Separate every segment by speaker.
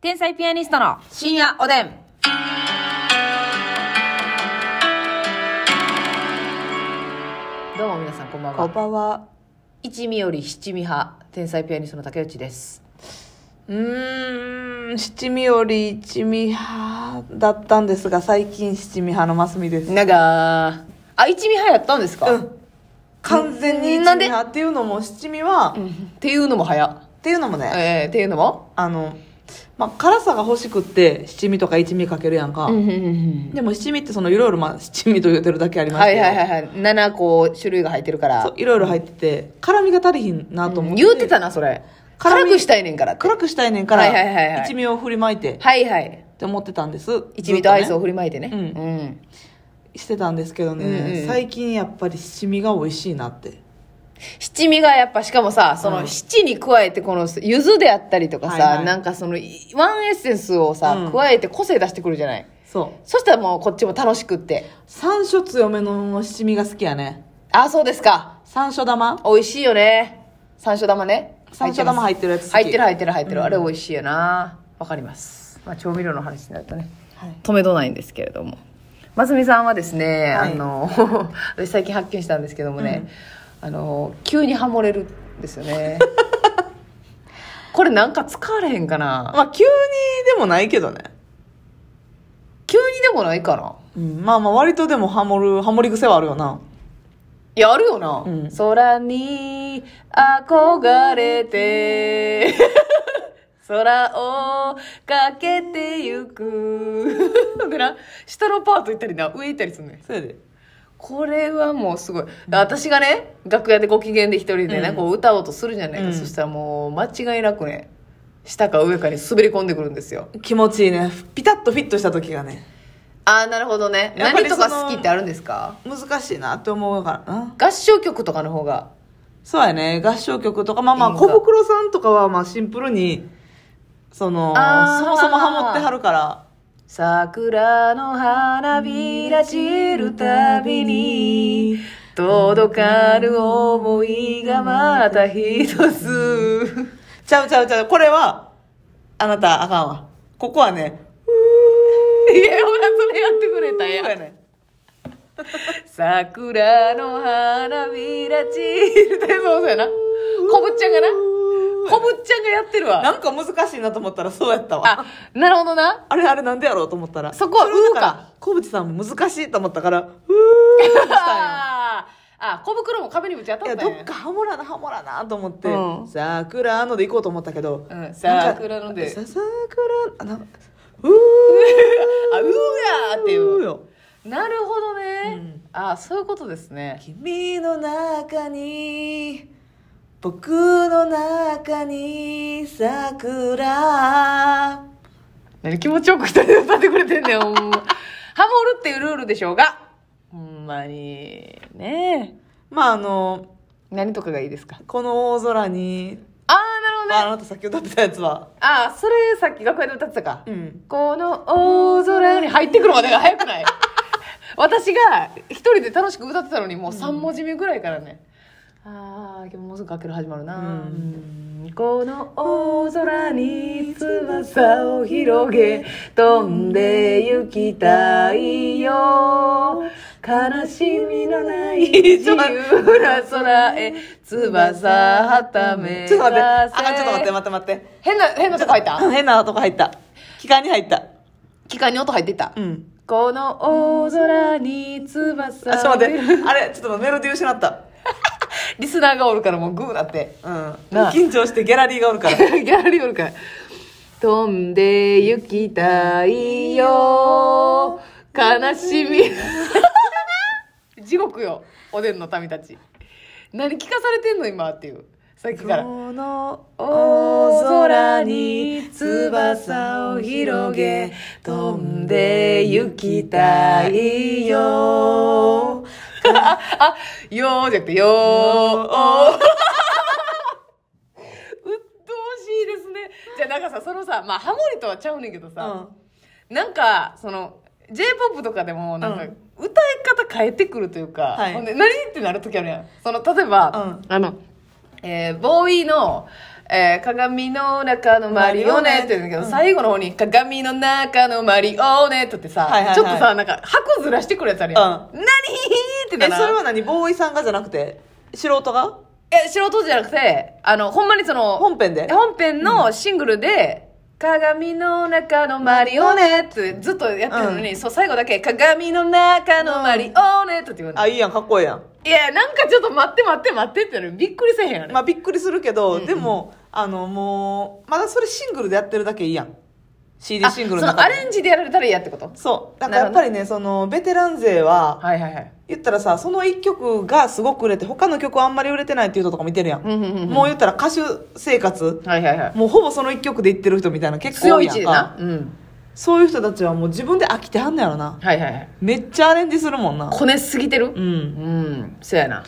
Speaker 1: 天才ピアニストの
Speaker 2: 深夜おでん。どうも皆さんこんばん
Speaker 1: こん
Speaker 2: は。
Speaker 1: ばんは。
Speaker 2: 一味より七味派、天才ピアニストの竹内です。
Speaker 1: うーん、七味より一味派だったんですが、最近七味派のますみです。
Speaker 2: なんか、あ、一味派やったんですか、
Speaker 1: う
Speaker 2: っ
Speaker 1: ん。完全に一
Speaker 2: な
Speaker 1: 味
Speaker 2: んで
Speaker 1: 派っていうのも、七味は、って
Speaker 2: いうのも早っ。
Speaker 1: ていうのもね、
Speaker 2: えー、っていうのも
Speaker 1: あの、まあ、辛さが欲しくって、七味とか一味かけるやんか。でも七味ってその、いろいろまあ、七味と言うてるだけあります
Speaker 2: は
Speaker 1: け
Speaker 2: い
Speaker 1: ど、
Speaker 2: はいはいはい。7個種類が入ってるから。
Speaker 1: そういろいろ入ってて、辛みが足りひんなと思って。
Speaker 2: 言うてたな、それ。
Speaker 1: 辛み
Speaker 2: 辛くしたいねんからって。
Speaker 1: 辛くしたいねんから、
Speaker 2: はいはいはいはい
Speaker 1: 一味を振りまいて、っ
Speaker 2: はいはい。
Speaker 1: て思ってたんです。
Speaker 2: 一味とアイスを
Speaker 1: ずっね
Speaker 2: 振りまいてね。
Speaker 1: うん
Speaker 2: うん
Speaker 1: してたんですけどね、
Speaker 2: うんうん
Speaker 1: 最近やっぱり七味が美味しいなって。
Speaker 2: 七味がやっぱしかもさその七に加えてこの柚子であったりとかさ、
Speaker 1: はいはい
Speaker 2: なんかそのいワンエッセンスをさ、
Speaker 1: うん
Speaker 2: 加えて個性出してくるじゃない
Speaker 1: そう。
Speaker 2: そしたらもうこっちも楽しくって
Speaker 1: 山椒強めの七味が好きやね。
Speaker 2: あそうですか
Speaker 1: 山椒玉
Speaker 2: 美味しいよね山椒玉ね
Speaker 1: 山椒玉入
Speaker 2: 入っ
Speaker 1: ってるやつ好き。
Speaker 2: てる入ってる入ってる、あれ美味しいよなわかります、まあ、調味料の話になるとね
Speaker 1: はい。
Speaker 2: 止めどないんですけれどもますみさんはですね、
Speaker 1: はい
Speaker 2: あの 私最近発見したんですけどもね、あの急にハモれるんですよね これなんか使われへんかな
Speaker 1: まあ急にでもないけどね。
Speaker 2: 急にでもないかな
Speaker 1: うん、まあまあ割とでもハモる、ハモり癖はあるよな。
Speaker 2: やるよな、
Speaker 1: うん
Speaker 2: 空に憧れて 空をかけてゆく でな下のパート行ったりな上行ったりするねん
Speaker 1: そうやで。
Speaker 2: これはもうすごい私がね楽屋でご機嫌で一人でね、
Speaker 1: うん
Speaker 2: こう歌おうとするじゃないか、
Speaker 1: うん
Speaker 2: そしたらもう間違いなくね下か上かに滑り込んでくるんですよ
Speaker 1: 気持ちいいね。ピタッとフィットした時がね、
Speaker 2: ああなるほどね
Speaker 1: やっぱ
Speaker 2: 何
Speaker 1: り
Speaker 2: と
Speaker 1: その
Speaker 2: か好きってあるんですか
Speaker 1: 難しいなって思うからな。
Speaker 2: 合唱曲とかの方が
Speaker 1: そうやね。合唱曲とか、まあまあ
Speaker 2: いいんだ
Speaker 1: 小袋さんとかはまあシンプルに、その、
Speaker 2: あー
Speaker 1: そもそもハモってはるから。
Speaker 2: 「桜の花びら散るたびに届かぬ思いがまた一 つ」
Speaker 1: ちゃうちゃうちゃう。これは、あなた、あかんわ。ここはね、
Speaker 2: いやほらそれやってくれたやん
Speaker 1: ここやね。
Speaker 2: 桜の花びら散るってそうそうやなこぶっちゃんがなこぶっちゃんがやってるわ
Speaker 1: なんか難しいなと思ったらそうやったわ。
Speaker 2: あなるほどな
Speaker 1: あれあれなんでやろうと思ったら。
Speaker 2: そこは
Speaker 1: れをだら
Speaker 2: うーか。
Speaker 1: 小渕さんも難しいと思っ たから、うーしたんよ。
Speaker 2: ああ小袋も壁にぶち当
Speaker 1: い
Speaker 2: た
Speaker 1: や、
Speaker 2: った
Speaker 1: ど
Speaker 2: ん
Speaker 1: っ
Speaker 2: や
Speaker 1: かハモらな、ハモらなと思って、
Speaker 2: うん
Speaker 1: 桜ので行こうと思ったけど、
Speaker 2: うん
Speaker 1: なんか
Speaker 2: 桜ので
Speaker 1: さ桜、あなんかうー
Speaker 2: あうーやーっていう
Speaker 1: ーよ
Speaker 2: なるほどね、
Speaker 1: うん
Speaker 2: あそういうことですね
Speaker 1: 君の中に僕の中に桜
Speaker 2: 何気持ちよく二人で歌ってくれてん ねんほんまハモるっていうルールでしょうがほんまにねえ
Speaker 1: まああの
Speaker 2: 何とかがいいですか
Speaker 1: この大空に
Speaker 2: ああなるほどね
Speaker 1: ああなたさっき歌ってたやつは
Speaker 2: ああそれさっき楽屋で歌ってたか、
Speaker 1: ん
Speaker 2: この大空に入ってくるまでが早く ない私が一人で楽しく歌ってたのにもう3文字目ぐらいからね、ああ今日もうすぐかける始まるな、うんこの大空に翼を広げ飛んで行きたいよ悲しみのない自由な空へ翼はため
Speaker 1: ちょっと待ってあ
Speaker 2: 出せ
Speaker 1: かんちょっと待って待って待って
Speaker 2: 変な、変なとこ入った
Speaker 1: あ変なとこ入った機械に入った
Speaker 2: 機械に音入ってった。
Speaker 1: うん
Speaker 2: この大空に翼
Speaker 1: あちょっと待ってあれちょっと待ってメロディー失った
Speaker 2: リスナーがおるからもうグーなって。
Speaker 1: うん
Speaker 2: なあ
Speaker 1: 緊張してギャラリーがおるか
Speaker 2: ギ
Speaker 1: ら
Speaker 2: ャラリーおるから。飛んで行きたいよ。悲しみ。 地獄よ。おでんの民たち。何聞かされてんの今っていう。さっきから。
Speaker 1: この
Speaker 2: 大空に翼を広げ飛んで行きたいよあ、あ、よーじゃなくてよー。うっとうしいですね。じゃあなんかさ、そのさ、まあハモリとはちゃうねんけどさ、なんか、その、J-POP とかでも、なんか、
Speaker 1: うん
Speaker 2: 歌い方変えてくるというか、
Speaker 1: はい
Speaker 2: ほんで何ってなる時あるやん。その、例えば、
Speaker 1: うん
Speaker 2: あの、えーボーイの、えー鏡の中のマリオネットって言うんだけど、最後の方に鏡の中のマリオネットってさ、
Speaker 1: はいはいはい
Speaker 2: ちょっとさ、なんか箱ずらしてくるやつあるやん。
Speaker 1: うん
Speaker 2: 何 って
Speaker 1: え
Speaker 2: な
Speaker 1: それ
Speaker 2: ら
Speaker 1: は何ボーイさんがじゃなくて素人が
Speaker 2: え、素人じゃなくて、あの、ほんまにその、
Speaker 1: 本編で
Speaker 2: 本編のシングルで、鏡の中のマリオネットってずっとやってるのに、そう最後だけ鏡の中のマリオネットって言うの、
Speaker 1: あいいやんかっこいいやん
Speaker 2: いやなんかちょっと待って待って待ってってなるびっくりせえへんよね、
Speaker 1: まあびっくりするけど、でもあのもうまだそれシングルでやってるだけいいやん CD
Speaker 2: あ
Speaker 1: シングル
Speaker 2: そ
Speaker 1: の
Speaker 2: の
Speaker 1: 中
Speaker 2: ア
Speaker 1: で
Speaker 2: レンジでやられたらいいやってこと
Speaker 1: そうだからやっぱりねそのベテラン勢は
Speaker 2: はいはいはい
Speaker 1: 言ったらさその1曲がすごく売れて他の曲はあんまり売れてないっていう人とか見てるやん,、
Speaker 2: うんうんうんうん
Speaker 1: もう言ったら歌手生活
Speaker 2: はいはいはい
Speaker 1: もうほぼその1曲でいってる人みたいな結構
Speaker 2: 強
Speaker 1: 多い
Speaker 2: い位置
Speaker 1: やん
Speaker 2: で
Speaker 1: か
Speaker 2: なうん
Speaker 1: そういう人たちはもう自分で飽きてはんのやろな
Speaker 2: はいはいはい
Speaker 1: めっちゃアレンジするもんな
Speaker 2: こねすぎてる
Speaker 1: う
Speaker 2: うんんそうやな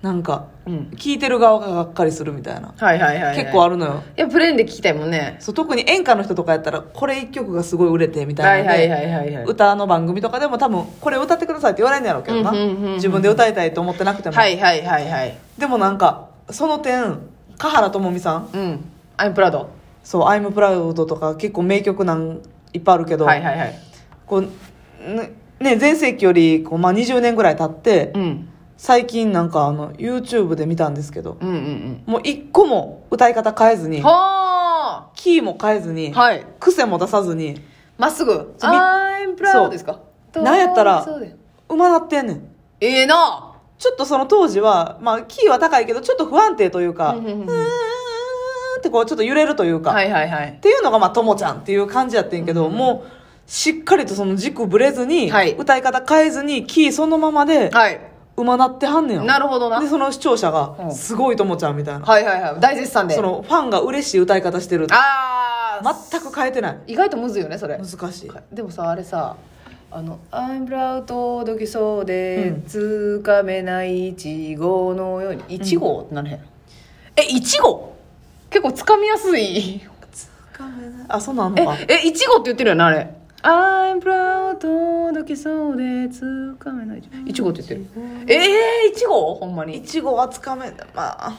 Speaker 1: なんか
Speaker 2: うん
Speaker 1: 聴いてる側ががっかりするみたいな
Speaker 2: はいはいはいはい
Speaker 1: 結構あ
Speaker 2: る
Speaker 1: るのよ
Speaker 2: いやプレーンで聞きたいもんね
Speaker 1: そう特に演歌の人とかやったらこれ1曲がすごい売れてみた
Speaker 2: はいい
Speaker 1: なの
Speaker 2: は
Speaker 1: で
Speaker 2: いはいはいはい
Speaker 1: 歌の番組とかでも多分これ歌ってくださいって言われるんやろうけどな
Speaker 2: うんうんうんうん
Speaker 1: 自分で歌いたいと思ってなくても、
Speaker 2: はいはいはいはい
Speaker 1: でもなんかその点華原朋美さん
Speaker 2: うんアイプラド
Speaker 1: そう「アイムプラウドとか結構名曲なんいっぱいあるけど、
Speaker 2: はいはいはい
Speaker 1: こうねね前世紀よりこう、まあ、20年ぐらい経って、
Speaker 2: うん
Speaker 1: 最近なんかあの YouTube で見たんですけど
Speaker 2: うんうんうん
Speaker 1: もう一個も歌い方変えずに
Speaker 2: は
Speaker 1: キーも変えずに、
Speaker 2: あはい
Speaker 1: 癖も出さずに
Speaker 2: まっすぐ
Speaker 1: そうみ
Speaker 2: アイプラドですか
Speaker 1: そうなんやったら
Speaker 2: そうだよ
Speaker 1: うまなってんねん
Speaker 2: ええな
Speaker 1: ちょっとその当時は、まあ、キーは高いけどちょっと不安定というか、
Speaker 2: うん
Speaker 1: う
Speaker 2: うんうん
Speaker 1: ーんってこうちょっと揺れるというか、
Speaker 2: はいはいはい
Speaker 1: っていうのがまあともちゃんっていう感じやってんけど、もうしっかりとその軸ぶれずに、
Speaker 2: はい
Speaker 1: 歌い方変えずにキーそのままで
Speaker 2: はい
Speaker 1: 馬なってはんねん
Speaker 2: なるほどな
Speaker 1: でその視聴者
Speaker 2: う
Speaker 1: が
Speaker 2: ん
Speaker 1: すごいともちゃんみたいな、
Speaker 2: はいはいはい大絶賛で
Speaker 1: そのファンが嬉しい歌い方してる
Speaker 2: ああ
Speaker 1: 全く変えてない
Speaker 2: 意外とむずいよねそれ
Speaker 1: 難しい
Speaker 2: でもさあれさあの「アイブラウトどきそう
Speaker 1: う
Speaker 2: で
Speaker 1: ん
Speaker 2: つかめないいちごのように」いちごってなれへんえいちご結構つかみやすい
Speaker 1: あそんなんあん
Speaker 2: え
Speaker 1: のか
Speaker 2: えいちごって言ってるよねあれ「アイブラウトどきそうでつかめないいちご」って言ってるえー、いちごほんま
Speaker 1: い
Speaker 2: に
Speaker 1: ちごはつかめまあ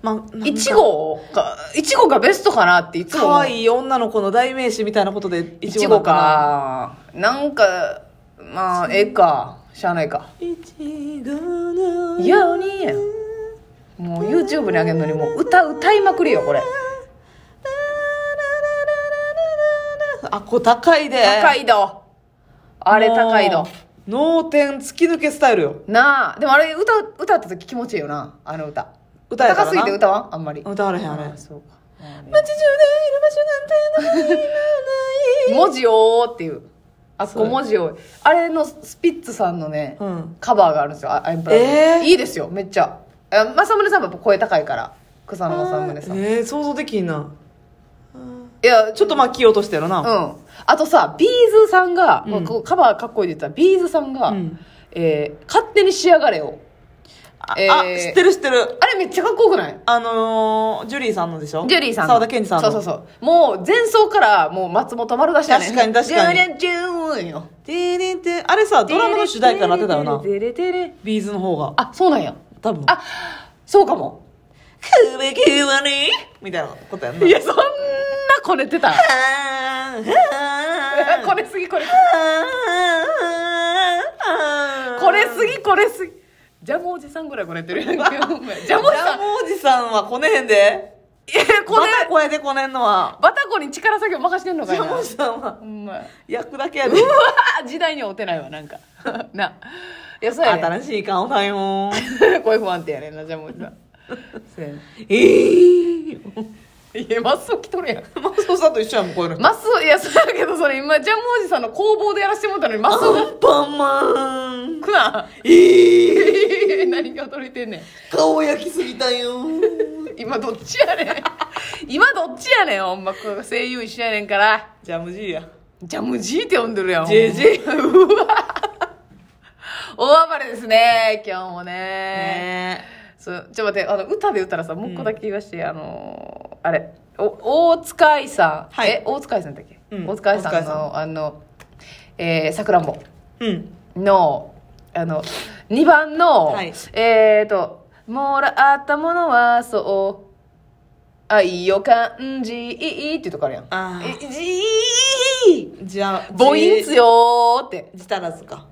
Speaker 1: まあ
Speaker 2: いちごがいちごがベストかなっていつも
Speaker 1: かわいい女の子の代名詞みたいなことで
Speaker 2: いちごかなんかまあええかしゃあないか
Speaker 1: いちごの
Speaker 2: ようにやもう YouTube にあげるのにもう歌歌いまくりよこれ
Speaker 1: あこれ高いで
Speaker 2: 高いどあれ高いど
Speaker 1: もう脳天突き抜けスタイルよ
Speaker 2: なあでもあれ歌う歌った時気持ちいいよなあの歌
Speaker 1: 歌やからな
Speaker 2: 高すぎて歌わんあんまり
Speaker 1: 歌われへんあれ
Speaker 2: あそうか
Speaker 1: 街中でいる場所なんて何もない
Speaker 2: 文字多っていうあそこ文字多いあれのスピッツさんのね、
Speaker 1: うん
Speaker 2: カバーがあるんですよあアイプラグ
Speaker 1: えー
Speaker 2: いいですよめっちゃあ政宗さんはやっぱ声高いから草野政宗さん
Speaker 1: えー、想像できんない
Speaker 2: や
Speaker 1: ちょっとまあ切り落としてやろな、
Speaker 2: うん、あとさビーズさんが、
Speaker 1: うん
Speaker 2: こうカバーかっこいいって言ったらビーズさんが、
Speaker 1: うん
Speaker 2: えー勝手に仕上がれ」を
Speaker 1: あ,、
Speaker 2: えー
Speaker 1: あ知ってる知ってる
Speaker 2: あれめっちゃかっこよくない
Speaker 1: あのー、ジュリーさんのでしょ
Speaker 2: ジュリーさんの
Speaker 1: 沢田研二さん
Speaker 2: そ
Speaker 1: の
Speaker 2: うそうそうもう前奏からもう松本丸出しだね
Speaker 1: 確かに確かに
Speaker 2: ジュリアンジューンよ
Speaker 1: てれてあれさドラマの主題歌になってたよな
Speaker 2: テレテレテレ
Speaker 1: ビーズの方が
Speaker 2: あそうなんや
Speaker 1: 多分
Speaker 2: あそうかも
Speaker 1: くべきはねみたいなことやんない
Speaker 2: やそんなこねてたこれすぎこれこれすぎこれすぎジャムおじさんぐらいこねて るやんけほんまやジャムおじさん
Speaker 1: おじさんはこねへんで
Speaker 2: いやこ
Speaker 1: こ
Speaker 2: ね
Speaker 1: ねこれでこねんのは
Speaker 2: バタコに力作業任してんのかい
Speaker 1: ジ
Speaker 2: な
Speaker 1: ャムおじさんは
Speaker 2: ほんまや
Speaker 1: 焼くだけやで
Speaker 2: うわ時代には追ってないわなんか ないやそうやね
Speaker 1: 新しい顔だ よ
Speaker 2: こういう不安定やねんなジャムおじさんそうやね
Speaker 1: ええ
Speaker 2: いやまっすぐ来とるやん
Speaker 1: マスオさんと一緒やもんこういうの
Speaker 2: まっすぐいやそうやけどそれ今ジャムおじさんの工房でやらせてもらったのにまっすぐ
Speaker 1: アンパンマン
Speaker 2: くな
Speaker 1: ええ
Speaker 2: 何が驚いてんねん
Speaker 1: 顔焼きすぎたよ
Speaker 2: 今どっちやねん 今どっちやねんほんまこれ声優一緒やねんから
Speaker 1: ジャムジーや
Speaker 2: ジャムジーって呼んでるやん
Speaker 1: JJ
Speaker 2: うわ大暴れですね今日もね
Speaker 1: ね
Speaker 2: そうちょっと待ってあの歌で歌ったらさもう一個だけ言わして、あのーあれお大塚愛さん、
Speaker 1: はい
Speaker 2: え大塚愛さんだっけ、
Speaker 1: うん
Speaker 2: 大塚愛さん
Speaker 1: 大塚愛
Speaker 2: のあのえーさくらんぼ
Speaker 1: うん
Speaker 2: のあの2番の、
Speaker 1: はい
Speaker 2: えっ、ー、と「もらったものはそう」愛を感じいいっていうとこあるやん。
Speaker 1: あー
Speaker 2: えじー
Speaker 1: じゃあ
Speaker 2: 母音強ーって。
Speaker 1: じたらずか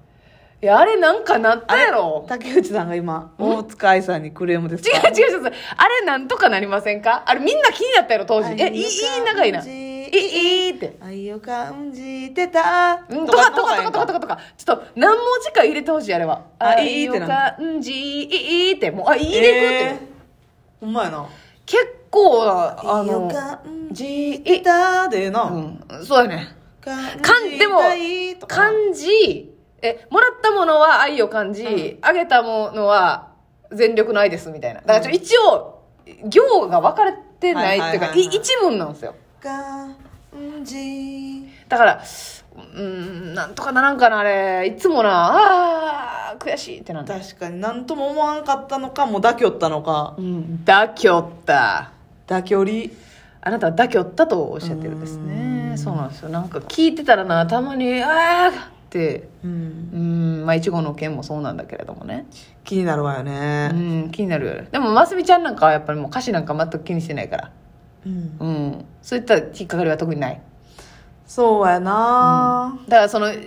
Speaker 2: いや、あれなんかなったやろ。
Speaker 1: 竹内さんが今大塚愛さんにクレームです
Speaker 2: 違
Speaker 1: か
Speaker 2: う違う違う。あれなんとかなりませんかあれみんな気になったやろ、当時。
Speaker 1: 愛
Speaker 2: え、いい、いい長いな。
Speaker 1: 感
Speaker 2: い
Speaker 1: じ
Speaker 2: い、いいって。
Speaker 1: 愛を感じてた
Speaker 2: うんとかとかとかとかと
Speaker 1: か
Speaker 2: かとか。ちょっと何文字か入れてほしい、あれは。
Speaker 1: あ
Speaker 2: あ、
Speaker 1: い
Speaker 2: いい
Speaker 1: いっ
Speaker 2: よ
Speaker 1: てな
Speaker 2: 感じ、いいいいって。もう、あ、いいでいくって。
Speaker 1: えーほんまやな
Speaker 2: 結構な、あ
Speaker 1: 愛を
Speaker 2: の、
Speaker 1: 感じ
Speaker 2: じ、
Speaker 1: て
Speaker 2: い、
Speaker 1: たでな、
Speaker 2: うん、そうやね。
Speaker 1: 感
Speaker 2: 感でも漢字えもらったものは愛を感じ、
Speaker 1: うん
Speaker 2: あげたものは全力の愛ですみたいなだからちょ一応行が分かれてないっていうか、
Speaker 1: はいはいはいはい
Speaker 2: い一文なんですよ
Speaker 1: 感じ
Speaker 2: だからうーんなんとかならんかなあれいつもなあー悔しいってなんだ、
Speaker 1: 確かに何とも思わんかったのかもう妥協ったのか
Speaker 2: うん、妥協った
Speaker 1: 妥協り
Speaker 2: あなたは妥協ったとおっしゃってるんです
Speaker 1: う
Speaker 2: ね
Speaker 1: ん
Speaker 2: そうなんですよなんか聞いてたらなたまにああって
Speaker 1: うん
Speaker 2: うんまあいちごの件もそうなんだけれどもね
Speaker 1: 気になるわよね
Speaker 2: うん、気になるよねでもますみちゃんなんかはやっぱりもう歌詞なんか全く気にしてないから
Speaker 1: うん
Speaker 2: うんそういった引っかかりは特にない
Speaker 1: そうやな、
Speaker 2: だからその老舗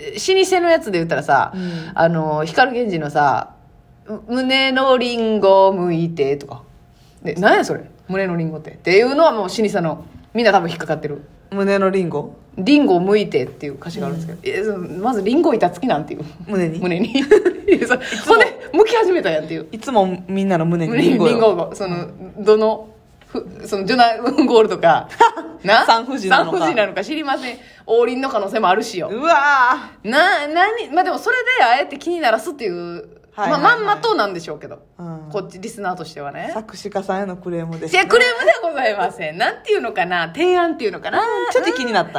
Speaker 2: のやつで言ったらさ、
Speaker 1: うん
Speaker 2: あの光源氏のさ「胸のリンゴむいて」とかで何やそれ胸のリンゴってっていうのはもう老舗のみんな多分引っかかってる
Speaker 1: 胸のリンゴ
Speaker 2: 「リンゴをむいて」っていう歌詞があるんですけど、えそのまずリンゴ板つきなんていう
Speaker 1: 胸に
Speaker 2: 胸に いやそうほんでむき始めたやんっていう
Speaker 1: いつもみんなの胸に
Speaker 2: リ
Speaker 1: リン
Speaker 2: ンゴ
Speaker 1: ゴよ
Speaker 2: がそのどのふそのジョナウンゴールと かな
Speaker 1: 産婦人なのか
Speaker 2: 産婦人なのか知りません王林の可能性もあるしよ
Speaker 1: うわ
Speaker 2: な何まあでもそれであえて気にならすっていう、
Speaker 1: はいはいはい
Speaker 2: まあ、まんまとなんでしょうけど、
Speaker 1: ー、うん
Speaker 2: こっちリスナーとしてはね
Speaker 1: 作詞家さんへのクレームです
Speaker 2: じゃクレームではございませんなんていうのかな提案っていうのかな
Speaker 1: ちょっと気になったん